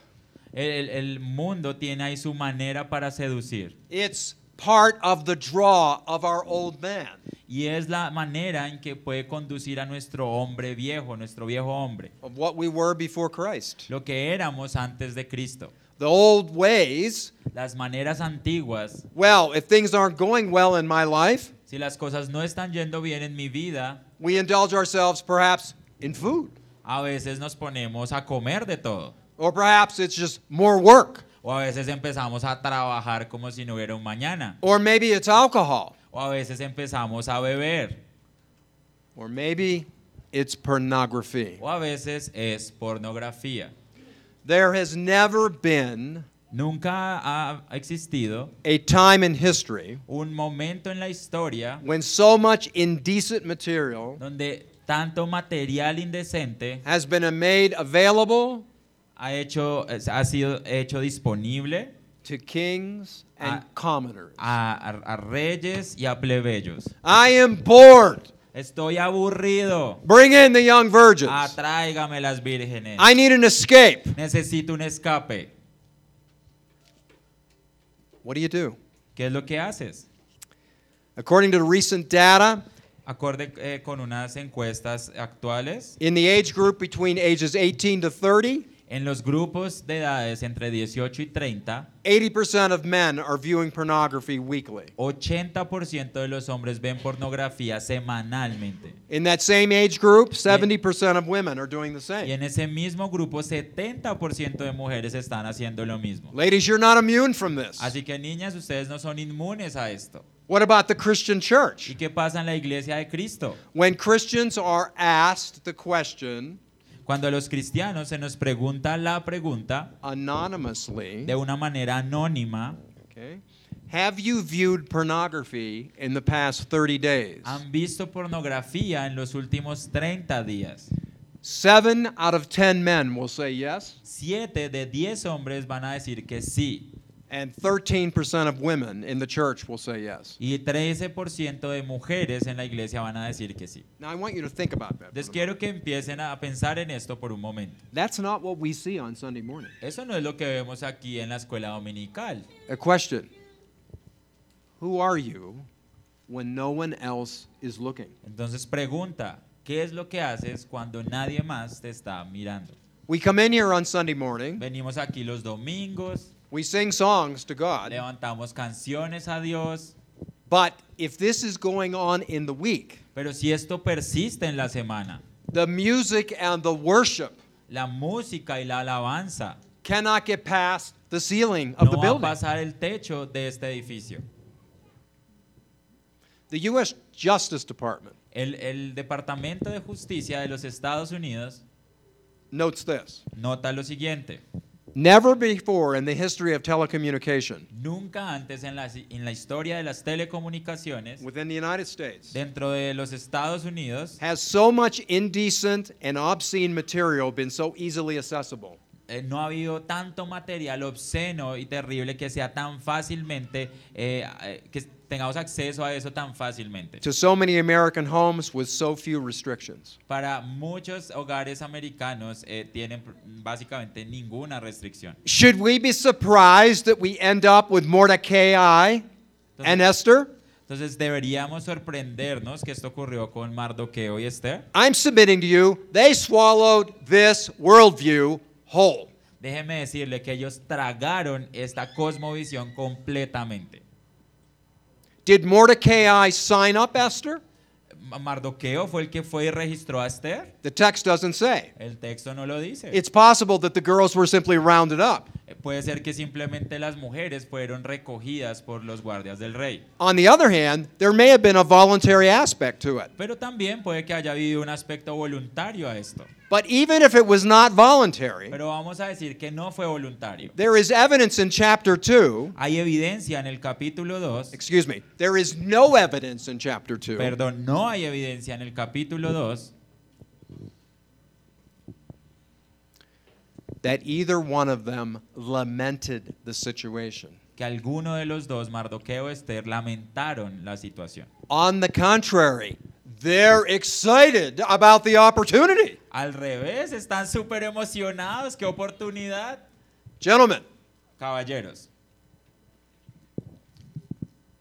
El, el- el mundo tiene ahí su manera para seducir.
It's part of the draw of our old man.
Y es la manera en que puede conducir a nuestro hombre viejo, nuestro viejo hombre,
of what we were before Christ.
lo que éramos antes de Cristo.
The old ways,
Las maneras antiguas,
well, if things aren't going well in my life,
si las cosas no están yendo bien en mi vida,
we indulge ourselves perhaps in food,
a veces nos ponemos a comer de todo.
or perhaps it's just more work,
O a veces empezamos a trabajar como si no hubiera un mañana.
or maybe it's alcohol,
O a veces empezamos a beber.
or maybe it's pornography.
O a veces es pornografía.
There has never been
Nunca ha existido
a time in history
un momento en la historia
when so much indecent material
donde tanto material indecente
has been made available
ha, hecho, ha sido hecho disponible
to kings and
I-
commoners.
a, a- a reyes y a plebeyos.
I am bored.
Estoy aburrido.
Bring in the young virgins.
Atráigame las vírgenes.
I need an escape.
Necesito un escape.
What do you do?
¿Qué es lo que haces?
According to recent data,
Acorde eh, con unas encuestas actuales,
in the age group between ages 18 to 30,
en los grupos de edades entre 18 y 30,
80% of men are viewing pornography weekly.
80% de los hombres ven pornografía semanalmente.
In that same age group, 70% of women are doing the
Y
same.
en ese mismo grupo, 70% de mujeres están haciendo lo mismo.
Ladies, you're not immune from this.
Así que niñas, ustedes no son inmunes a esto.
What about the Christian
¿Y
church?
qué pasa en la iglesia de Cristo?
When Christians are asked the question
Cuando a los cristianos se nos pregunta la pregunta de
anonymously,
una manera anónima,
okay, have you viewed pornography in the past 30 days?
han visto pornografía en los últimos 30 días.
Seven out of 10 men will say yes.
7 de 10 hombres van a decir que sí
And 13% of women in the church will say yes.
y 13% de mujeres en la iglesia van a decir que sí.
Now, I want you to think about that. for a
Les
moment.
quiero que empiecen a pensar en esto por un momento.
That's not what we see on Sunday morning.
Eso no es lo que vemos aquí en la escuela dominical.
A question Who are you when no one else is looking?
Entonces pregunta, ¿qué es lo que haces cuando nadie más te está mirando?
We come in here on Sunday morning,
Venimos aquí los domingos,
we sing songs to God,
levantamos canciones a Dios,
but if this is going on in the week,
pero si esto persiste en la semana,
the music and the worship
la música y la alabanza
cannot get past the ceiling of the
no va a
building.
pasar el techo de este edificio.
The U.S. Justice Department
El, el Departamento de Justicia de los Estados Unidos
notes this
nota lo siguiente.
Never before in the history of telecommunication
Nunca antes en la, en la historia de las telecomunicaciones
within the United States
dentro de los Estados Unidos
has so much indecent and obscene material been so easily accessible.
eh, no ha habido tanto material obsceno y terrible que sea tan fácilmente, eh, eh, que tengamos acceso a eso tan fácilmente.
to so many American homes with so few restrictions.
Para muchos hogares americanos eh, tienen pr- básicamente ninguna restricción.
Should we be surprised that we end up with Mordecai and Esther?
Entonces deberíamos sorprendernos que esto ocurrió con Mardoqueo y Esther.
I'm submitting to you, they swallowed this worldview whole.
Déjeme decirle que ellos tragaron esta cosmovisión completamente.
Did Mordecai sign up Esther?
Ma- Mardoqueo fue el que fue y registró a Esther.
The text doesn't say.
El texto no lo dice.
It's possible that the girls were simply rounded up.
Eh, Puede ser que simplemente las mujeres fueron recogidas por los guardias del rey.
On the other hand, there may have been a voluntary aspect to it.
Pero también puede que haya habido un aspecto voluntario a esto.
But even if it was not voluntary,
Pero vamos a decir que no fue voluntario.
there is evidence in chapter 2
Hay evidencia en el capítulo 2,
excuse me, there is no evidence in chapter 2
perdón, no hay evidencia en el capítulo 2
that either one of them lamented the situation.
que alguno de los dos, Mardoqueo o Esther, lamentaron la situación.
On the contrary, they're excited about the opportunity.
Al revés, están súper emocionados, qué oportunidad.
Gentlemen,
Caballeros,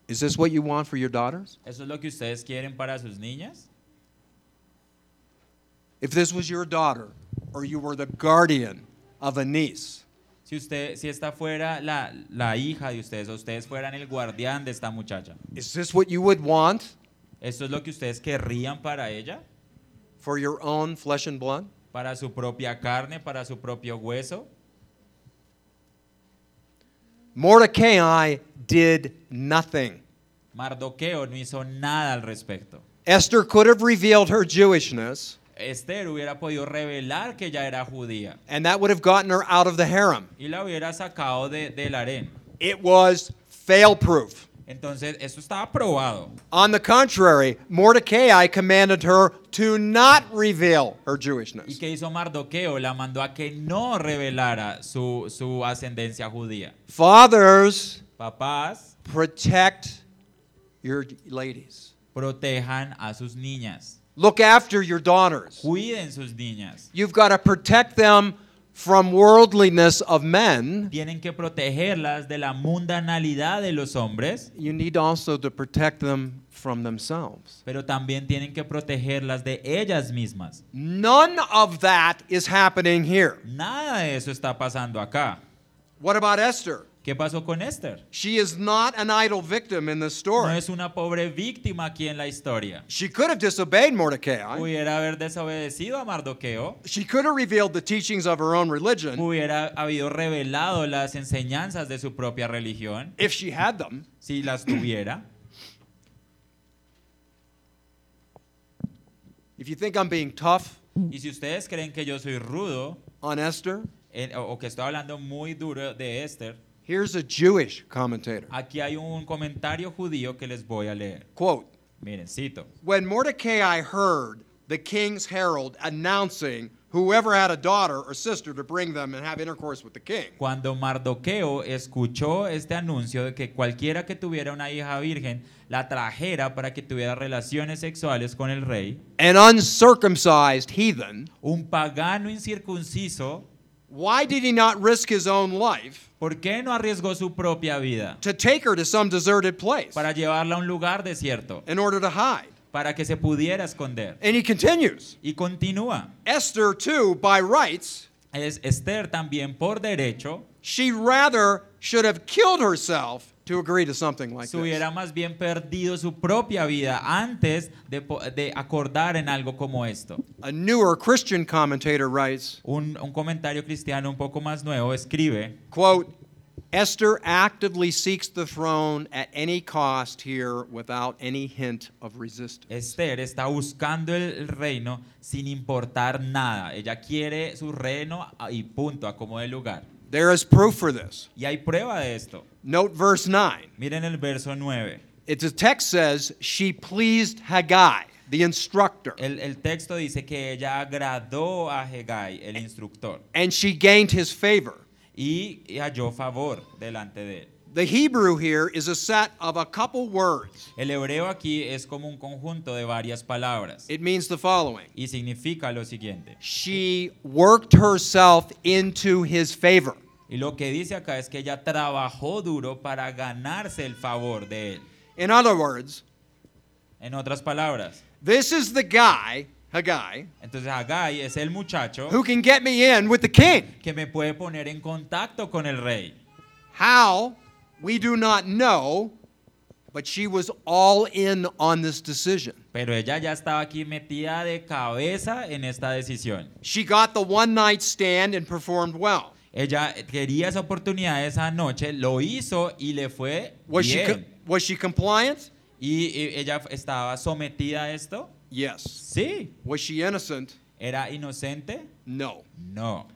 is this what you want for your daughters?
¿eso es lo que ustedes quieren para sus niñas?
If this was your daughter or you were the guardian of a niece,
Si, usted, si esta fuera la, la hija de ustedes, o ustedes fueran el guardián de esta muchacha,
is this what you would want
¿eso es lo que ustedes querrían para ella?
for your own flesh and blood?
¿Para su propia carne, para su propio hueso?
Mordecai did nothing.
Mardoqueo no hizo nada al respecto.
Esther could have revealed her Jewishness,
Esther hubiera podido revelar que ella era judía
and that would have gotten her out of the harem.
y la hubiera sacado de- del harén.
It was fail proof.
Entonces, eso estaba probado.
On the contrary, Mordecai commanded her to not reveal her
¿Y
Jewishness.
qué hizo Mardoqueo? La mandó a que no revelara su, su ascendencia judía.
Fathers,
Papás,
protect your ladies.
protejan a sus niñas.
Look after your daughters.
Cuiden sus niñas.
You've got to protect them from worldliness of men.
Tienen que protegerlas de la mundanalidad de los hombres,
You need also to protect them from themselves.
pero también tienen que protegerlas de ellas mismas.
None of that is happening here.
Nada de eso está pasando acá.
What about Esther?
¿Qué pasó con Esther?
She is not an idle victim in this
No
story.
es una pobre víctima aquí en la historia.
She could have disobeyed Mordecai.
Pudiera haber desobedecido a Mardoqueo,
She could have revealed the teachings of her own religion
hubiera habido revelado las enseñanzas de su propia religión,
if she had them,
si las tuviera.
If you think I'm being tough
Y si ustedes creen que yo soy rudo
on Esther,
eh, o, o que estoy hablando muy duro de Esther,
here's a Jewish commentator.
aquí hay un comentario judío que les voy a leer.
Quote
Miren, cito.
When Mordecai heard the king's herald announcing whoever had a daughter or sister to bring them and have intercourse with the king,
Cuando Mardoqueo escuchó este anuncio de que cualquiera que tuviera una hija virgen la trajera para que tuviera relaciones sexuales con el rey,
an uncircumcised heathen,
un pagano incircunciso,
why did he not risk his own life
¿por qué no arriesgó su propia vida
to take her to some deserted place
para llevarla a un lugar desierto?
in order to hide?
para que se pudiera esconder.
And he continues
Y continúa.
Esther, too, by rights,
Es Esther también por derecho
She rather should have killed herself to agree to something like
se
this.
hubiera más bien perdido su propia vida antes de, po- de acordar en algo como esto.
A newer Christian commentator writes,
Un, un comentario cristiano un poco más nuevo escribe,
quote, Esther actively seeks the throne at any cost here without any hint of resistance.
Esther está buscando el reino sin importar nada. Ella quiere su reino a- y punto, a como de lugar.
There is proof for this.
Y hay prueba de esto.
Note verse 9.
Miren el verso 9.
It, the text says, She pleased Haggai, the instructor,
El, el texto dice que ella agradó a Hegai, el instructor,
and she gained his favor.
y y halló favor delante de él.
The Hebrew here is a set of a couple words.
El hebreo aquí es como un conjunto de varias palabras
It means the following
y significa lo siguiente.
She worked herself into his favor.
Y lo que dice acá es que ella trabajó duro para ganarse el favor de él.
In other words,
En otras palabras,
this is the guy, Haggai,
entonces Haggai es el muchacho
who can get me in with the king.
que me puede poner en contacto con el rey.
How, we do not know, but she was all in on this decision.
Pero ella ya estaba aquí metida de cabeza en esta decisión.
She got the one night stand and performed well.
Ella quería esa oportunidad esa noche, lo hizo y le fue
Was she, co-
bien.
was she compliant?
¿Y y ella estaba sometida a esto?
Yes.
Sí.
Was she innocent?
¿Era inocente?
No.
No.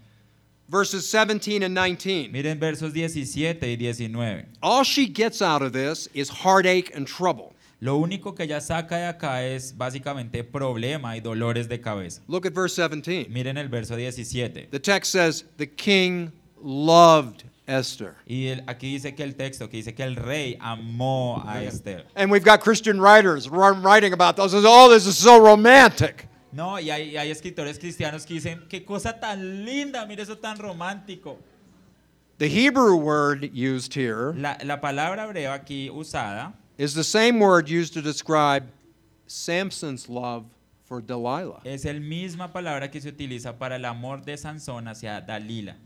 Verses 17 and 19.
Miren versos 17 y 19.
All she gets out of this is heartache and trouble.
Lo único que ella saca de acá es básicamente problema y dolores de cabeza.
Look at verse 17.
Miren el verso 17.
The text says, The king loved Esther.
Y el- aquí dice que el texto, que dice que el rey amó a Esther.
And we've got Christian writers ri- writing about those. Says, oh, this is so romantic.
No, y hay, y hay escritores cristianos que dicen, qué cosa tan linda, mire eso tan romántico.
The Hebrew word used here
La, la palabra hebrea aquí usada
is the same word used to describe Samson's love for Delilah.
es la misma palabra que se utiliza para el amor de Sansón hacia Dalila.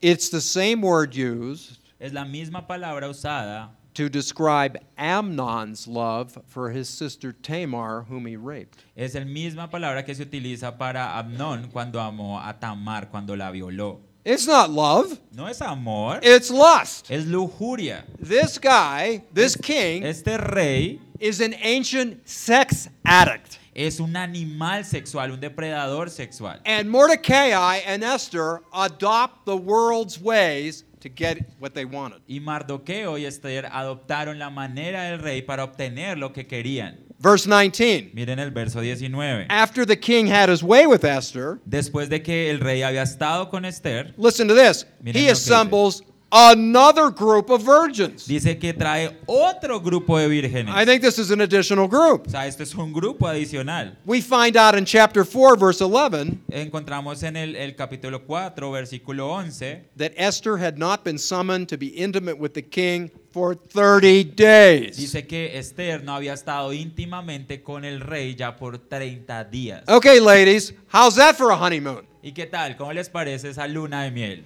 It's the same word used
Es la misma palabra usada
to describe Amnon's love for his sister Tamar, whom he raped.
Es la misma palabra que se utiliza para Amnón cuando amó a Tamar, cuando la violó.
It's not love,
No es amor,
it's lust.
es lujuria.
This guy, this king,
Este rey
is an ancient sex addict.
es un animal sexual, un depredador sexual.
And Mordecai and Esther adopt the world's ways to get what they wanted.
Y Mardoqueo y Esther adoptaron la manera del rey para obtener lo que querían.
Verse 19
Miren el verso 19.
After the king had his way with Esther,
Después de que el rey había estado con Esther,
listen to this,
Miren lo
he
que dice.
assembles another group of virgins.
dice que trae otro grupo de vírgenes.
I think this is an additional group.
O sea, esto es un grupo adicional.
We find out in chapter 4, verse 11,
Encontramos en el, el capítulo 4, versículo 11,
that Esther had not been summoned to be intimate with the king for 30 days.
dice que Esther no había estado íntimamente con el rey ya por 30 días.
Okay, ladies, how's that for a honeymoon?
¿Y qué tal? ¿Cómo les parece esa luna de miel?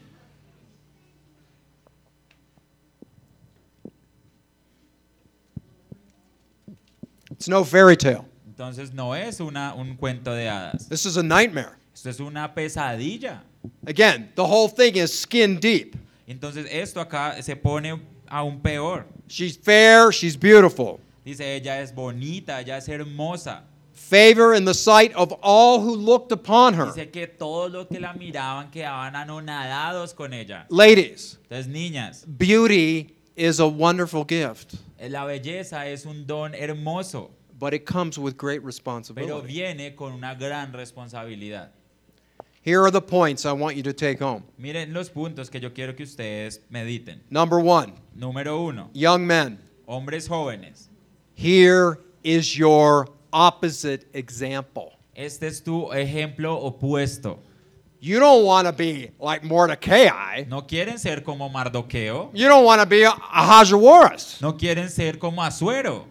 It's no fairy tale.
Entonces no es una, un cuento de hadas,
This is a nightmare.
esto es una pesadilla.
Again, the whole thing is skin deep.
Entonces esto acá se pone aún peor.
She's fair, she's beautiful.
Dice, ella es bonita, ella es hermosa.
Favor in the sight of all who looked upon her.
Dice que todos los que la miraban quedaban anonadados con ella.
Ladies,
Entonces, niñas,
beauty is a wonderful gift,
la belleza es un don hermoso.
but it comes with great
pero
responsibility.
viene con una gran responsabilidad.
Here are the points I want you to take home.
Miren los puntos que yo quiero que ustedes mediten.
Number one,
Número uno,
young men,
hombres jóvenes.
Here is your opposite example.
Este es tu ejemplo opuesto.
You don't want to be like Mordecai.
No quieren ser como Mardoqueo,
You don't want to be Ahasuerus.
no quieren ser como Azuero.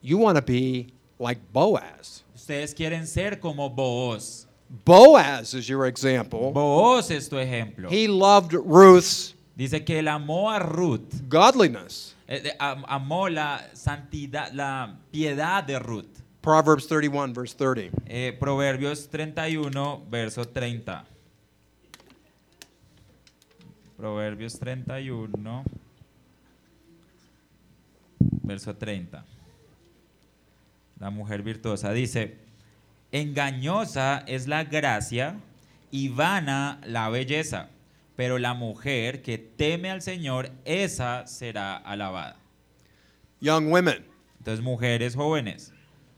You want to be like Boaz.
Ustedes quieren ser como Booz.
Boaz is your example.
Booz es tu ejemplo.
He loved Ruth's
Dice que él amó a Ruth,
godliness.
eh, eh, am- amó la santidad, la piedad de Ruth.
Proverbs 31, verse 30.
Eh, Proverbios 31, verso 30. Proverbios 31, verso 30. La mujer virtuosa dice, engañosa es la gracia y vana la belleza, pero la mujer que teme al Señor, esa será alabada.
Young women,
Entonces, mujeres jóvenes,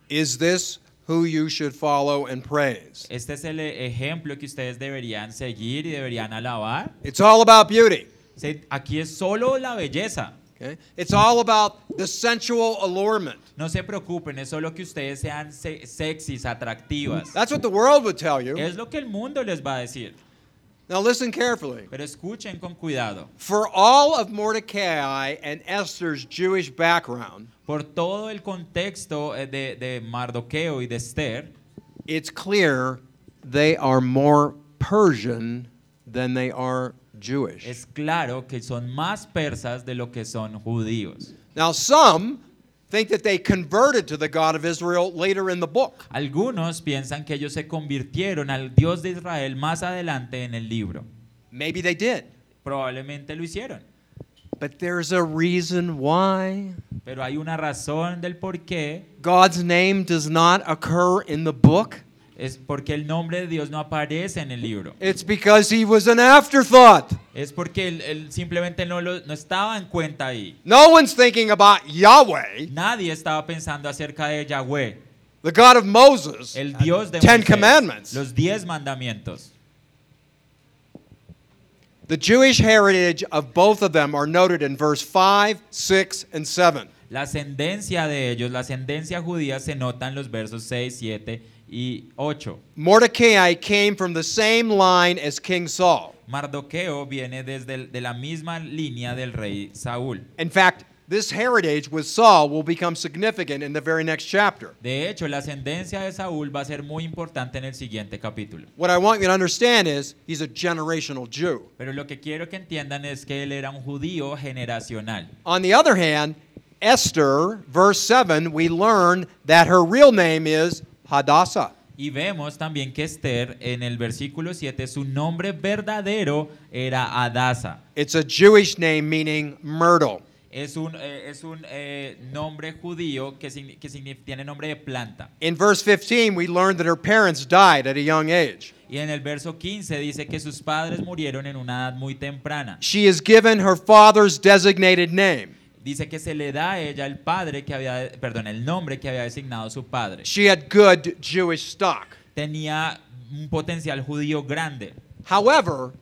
is this who you should follow and praise?
este es el e- ejemplo que ustedes deberían seguir y deberían alabar.
It's all about beauty.
Se- Aquí es solo la belleza.
Okay? It's all about the sensual allurement.
No se preocupen, es solo que ustedes sean se- sexys, atractivas.
That's what the world would tell you.
Es lo que el mundo les va a decir.
Now listen carefully.
Pero escuchen con cuidado.
For all of Mordecai and Esther's Jewish background,
Por todo el contexto eh, de, de Mardoqueo y de Esther,
it's clear they are more Persian than they are Jewish.
es claro que son más persas de lo que son judíos.
now, some think that they converted to the God of Israel later in the book.
Algunos piensan que ellos se convirtieron al Dios de Israel más adelante en el libro.
Maybe they did.
Probablemente lo hicieron.
But there's a reason why
Pero hay una razón del por qué.
God's name does not occur in the book.
Es porque el nombre de Dios no aparece en el libro.
It's because he was an afterthought.
Es porque él, él simplemente no, lo- no estaba en cuenta ahí.
No one's thinking about Yahweh,
Nadie estaba pensando acerca de Yahweh,
the God of Moses,
el Dios de
Ten
Moisés,
Commandments.
los diez mandamientos.
The Jewish heritage of both of them are noted in verse 5, 6, and 7.
La ascendencia de ellos, la ascendencia judía se nota en los versos 6, 7 y 8.
Mordecai came from the same line as King Saul.
Mardoqueo viene desde el- de la misma línea del rey Saúl.
In fact, this heritage with Saul will become significant in the very next chapter.
De hecho, la ascendencia de Saúl va a ser muy importante en el siguiente capítulo.
What I want you to understand is he's a generational Jew.
Pero lo que quiero que entiendan es que él era un judío generacional.
On the other hand, Esther, verse 7, we learn that her real name is Hadassah.
Y vemos también que Esther, en el versículo 7, su nombre verdadero era Adasa.
It's a Jewish name meaning myrtle.
Es un, eh, es un eh, nombre judío que, signi- que signi- tiene nombre de planta.
In verse 15, we learn that her parents died at a young age.
Y en el verso 15 dice que sus padres murieron en una edad muy temprana.
She is given her father's designated name.
Dice que se le da a ella el padre que había, perdón, el nombre que había designado su padre.
She had good Jewish stock.
Tenía un potencial judío grande.
However,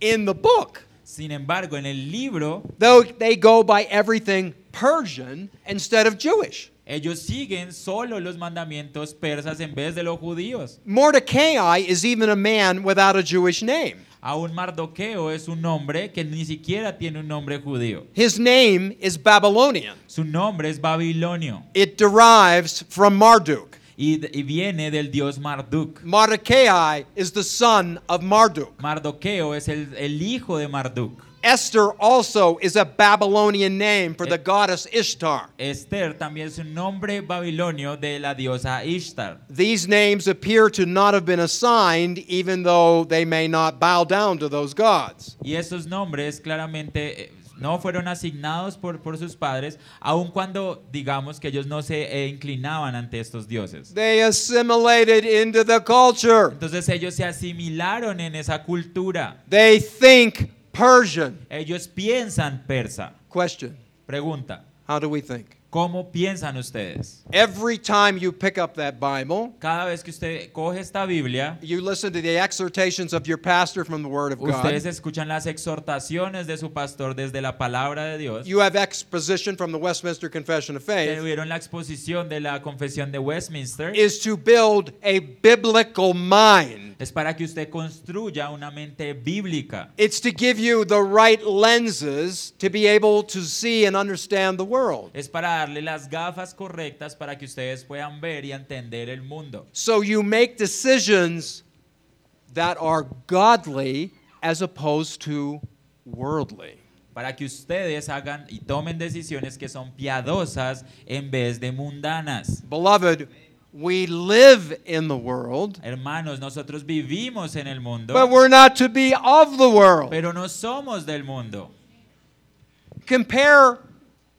in the book,
Sin embargo, en el libro
though they go by everything Persian instead of Jewish.
ellos siguen solo los mandamientos persas en vez de los judíos.
Mordecai is even a man without a Jewish name.
Aún Mardoqueo es un hombre que ni siquiera tiene un nombre judío.
His name is Babylonian.
Su nombre es Babilonio
It derives from Marduk.
y, y viene del dios Marduk.
Mordecai is the son of Marduk.
Mardoqueo es el, el hijo de Marduk.
Esther also is a Babylonian name for the goddess Ishtar.
Esther también es un nombre babilonio de la diosa Ishtar.
These names appear to not have been assigned, even though they may not bow down to those gods.
Y esos nombres claramente eh, no fueron asignados por, por sus padres, aun cuando digamos que ellos no se eh, inclinaban ante estos dioses.
They assimilated into the culture.
Entonces ellos se asimilaron en esa cultura.
They think Persian.
Ellos piensan persa.
Question
Pregunta,
How do we think?
¿cómo piensan ustedes?
Every time you pick up that Bible,
Cada vez que usted coge esta Biblia,
you listen to the exhortations of your pastor from the Word of
ustedes
God.
escuchan las exhortaciones de su pastor desde la palabra de Dios.
You have exposition from the Westminster Confession of Faith,
Tuvieron la exposición de la confesión de Westminster.
is to build a biblical mind.
Es para que usted construya una mente bíblica.
It's to give you the right lenses to be able to see and understand the world.
Es para darle las gafas correctas para que ustedes puedan ver y entender el mundo.
So you make decisions that are godly as opposed to worldly.
Para que ustedes hagan y tomen decisiones que son piadosas en vez de mundanas.
Beloved, We live in the world,
Hermanos, nosotros vivimos en el mundo,
but we're not to be of the world.
pero no somos del mundo.
Compare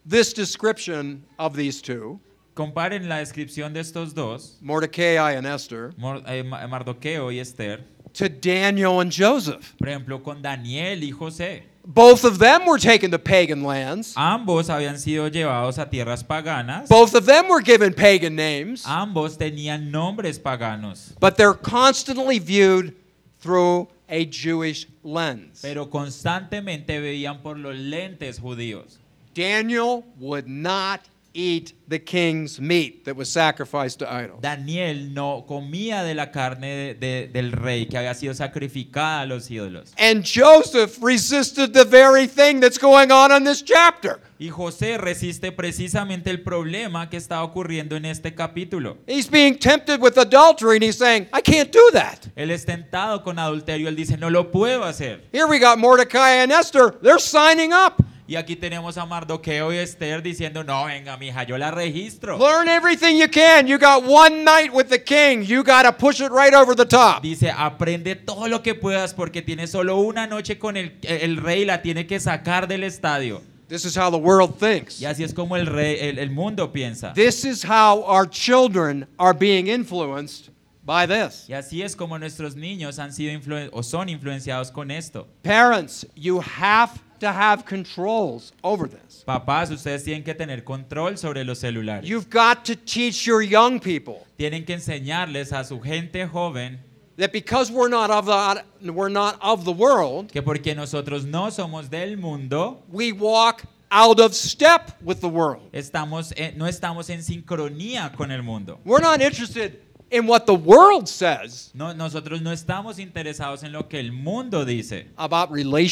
this description of these two,
Comparen la descripción de estos dos,
Mordecai and Esther,
Mor- eh, Ma- Mardoqueo y Esther,
to Daniel and Joseph.
por ejemplo, con Daniel y José.
Both of them were taken to pagan lands.
Ambos habían sido llevados a tierras paganas,
Both of them were given pagan names,
ambos tenían nombres paganos,
but they're constantly viewed through a Jewish lens.
pero constantemente veían por los lentes judíos.
Daniel would not eat the king's meat that was sacrificed to idols.
Daniel no comía de la carne de- de- del rey que había sido sacrificada a los ídolos.
And Joseph resisted the very thing that's going on in this chapter.
Y José resiste precisamente el problema que está ocurriendo en este capítulo.
He's being tempted with adultery and he's saying, I can't do that.
Él es tentado con adulterio, él dice, no lo puedo hacer.
Here we got Mordecai and Esther. They're signing up.
Y aquí tenemos a Mardoqueo y Esther diciendo, no, venga, mija, yo la registro.
Learn everything you can. You got one night with the king. You got to push it right over the top.
Dice, aprende todo lo que puedas porque tienes solo una noche con el, el rey, la tiene que sacar del estadio.
This is how the world thinks.
Y así es como el, rey, el, el mundo piensa.
This is how our children are being influenced by this.
Y así es como nuestros niños han sido influen- o son influenciados con esto.
Parents, you have to have controls over this.
Papás, ustedes tienen que tener control sobre los celulares.
You've got to teach your young people
tienen que enseñarles a su gente joven
that because we're not of the, we're not of the world,
que porque nosotros no somos del mundo,
we walk out of step with the world.
estamos en- no estamos en sincronía con el mundo.
We're not interested in what the world says
No, nosotros no estamos interesados en lo que el mundo dice
about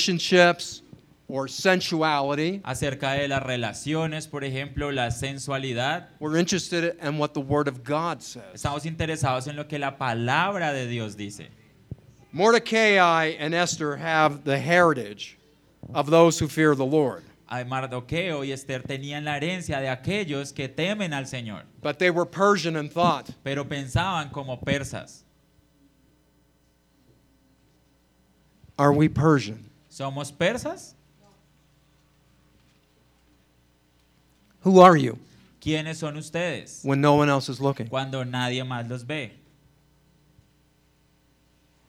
relationships or sensuality.
acerca de las relaciones, por ejemplo, la sensualidad.
We're interested in what the Word of God says.
Estamos interesados en lo que la palabra de Dios dice.
Mordecai and Esther have the heritage of those who fear the Lord,
Ay, Mardoqueo y Esther tenían la herencia de aquellos que temen al Señor,
but they were Persian in thought.
pero pensaban como persas.
Are we Persian?
¿Somos persas?
Who are you
¿Quiénes son ustedes?
when no one else is looking?
cuando nadie más los ve.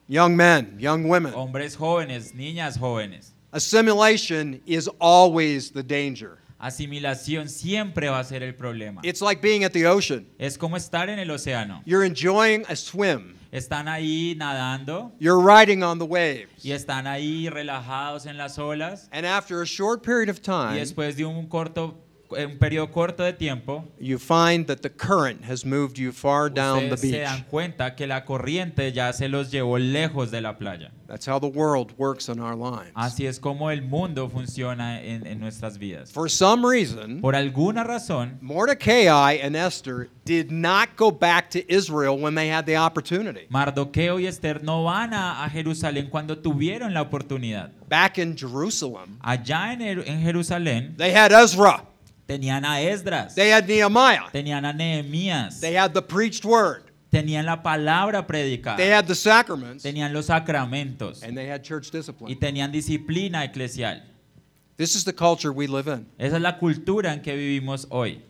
Young men, young women.
Hombres jóvenes, niñas jóvenes.
Assimilation is always the danger.
Asimilación siempre va a ser el problema.
It's like being at the ocean.
Es como estar en el océano.
You're enjoying a swim,
Están ahí nadando
you're riding on the waves.
y están ahí relajados en las olas
And after a short period of
y
time,
después de un corto un periodo corto de tiempo
you find that the current has moved you far down the
ustedes se
beach.
dan cuenta que la corriente ya se los llevó lejos de la playa.
That's how the world works in our lives.
Así es como el mundo funciona en, en nuestras vidas.
For some reason,
Por alguna razón,
Mordecai and Esther did not go back to Israel when they had the opportunity.
Mardoqueo y Esther no van a, a Jerusalén cuando tuvieron la oportunidad.
Back in Jerusalem,
Allá en, Jeru- en Jerusalén
they had Ezra,
tenían a Esdras,
they had Nehemiah,
tenían a Nehemías,
they had the preached word,
tenían la palabra predicada,
they had the sacraments,
tenían los sacramentos
and they had church
y
discipline.
tenían disciplina eclesial.
This is the culture we live in.
Esa es la cultura en que vivimos hoy.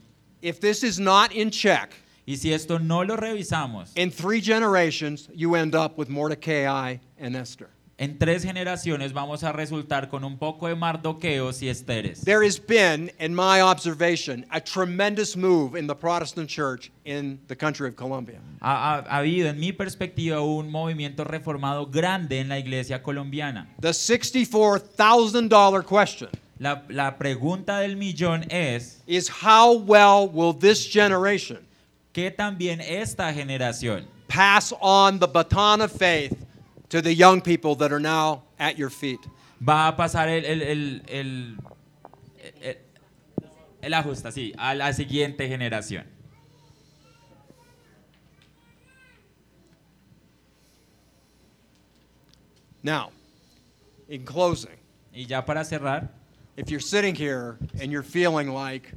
If this is not in check,
Y si esto no lo revisamos,
in three generations, you end up with Mordecai and Esther.
en tres generaciones vamos a resultar con un poco de mardoqueos y esteres.
There has been, in my observation, a tremendous move in the Protestant church in the country of Colombia.
Ha, ha- ha habido, en mi perspectiva, un movimiento reformado grande en la iglesia colombiana.
The $64,000 question
La, la pregunta del millón es,
is how well will this generation
¿qué también esta generación
pass on the baton of faith to the young people that are now at your feet?
va a pasar el, el, el, el, el- el ajuste, sí, a la siguiente generación?
Now, in closing,
Y ya para cerrar,
if you're sitting here and you're feeling like,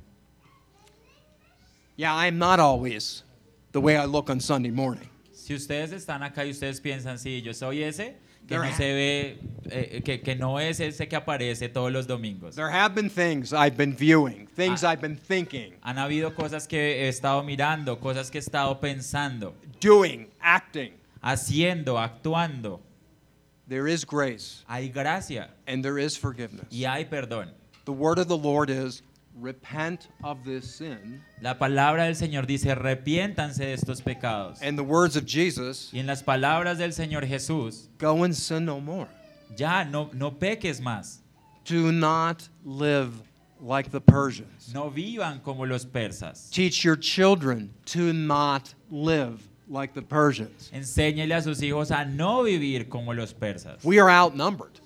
yeah, I'm not always the way I look on Sunday morning.
Si ustedes están acá y ustedes piensan, sí, yo soy ese, que
They're
no
ha-
se ve, eh, que, que no es ese que aparece todos los domingos.
There have been things I've been viewing, things
Ah.
I've been thinking,
Han habido cosas que he estado mirando, cosas que he estado pensando,
doing, acting.
haciendo, actuando.
There is grace
Hay gracia
and there is forgiveness.
y hay perdón.
The word of the Lord is repent of this sin.
La palabra del Señor dice, arrepiéntanse de estos pecados.
And the words of Jesus,
Y en las palabras del Señor Jesús,
go and sin no more.
ya no, no peques más,
Do not live like the Persians.
no vivan como los persas.
Teach your children to not live like the Persians.
Enséñele a sus hijos a no vivir como los persas.
We are outnumbered.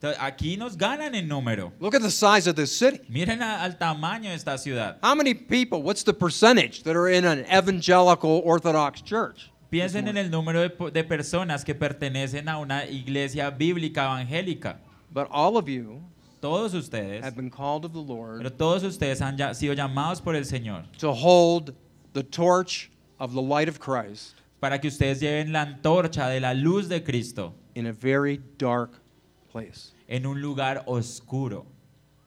Entonces, aquí nos ganan en número.
Look at the size of this city.
Miren a- al tamaño de esta ciudad.
How many people, what's the percentage that are in an evangelical Orthodox church?
Piensen en el número de, po- de personas que pertenecen a una iglesia bíblica evangélica.
But all of you
Todos ustedes,
have been called of the
pero
Lord
todos ustedes han ya- sido llamados por el Señor
to hold the torch of the light of Christ
para que ustedes lleven la antorcha de la luz de Cristo
in a very dark place.
en un lugar oscuro.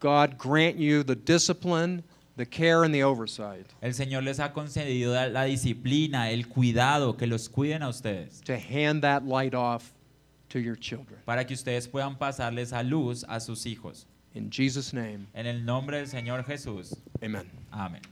God grant you the discipline, the care, and the oversight
El Señor les ha concedido la- la disciplina, el cuidado, que los cuiden a ustedes,
to hand that light off to your children.
para que ustedes puedan pasarles a luz a sus hijos.
In Jesus' name,
En el nombre del Señor Jesús.
amen.
Amén.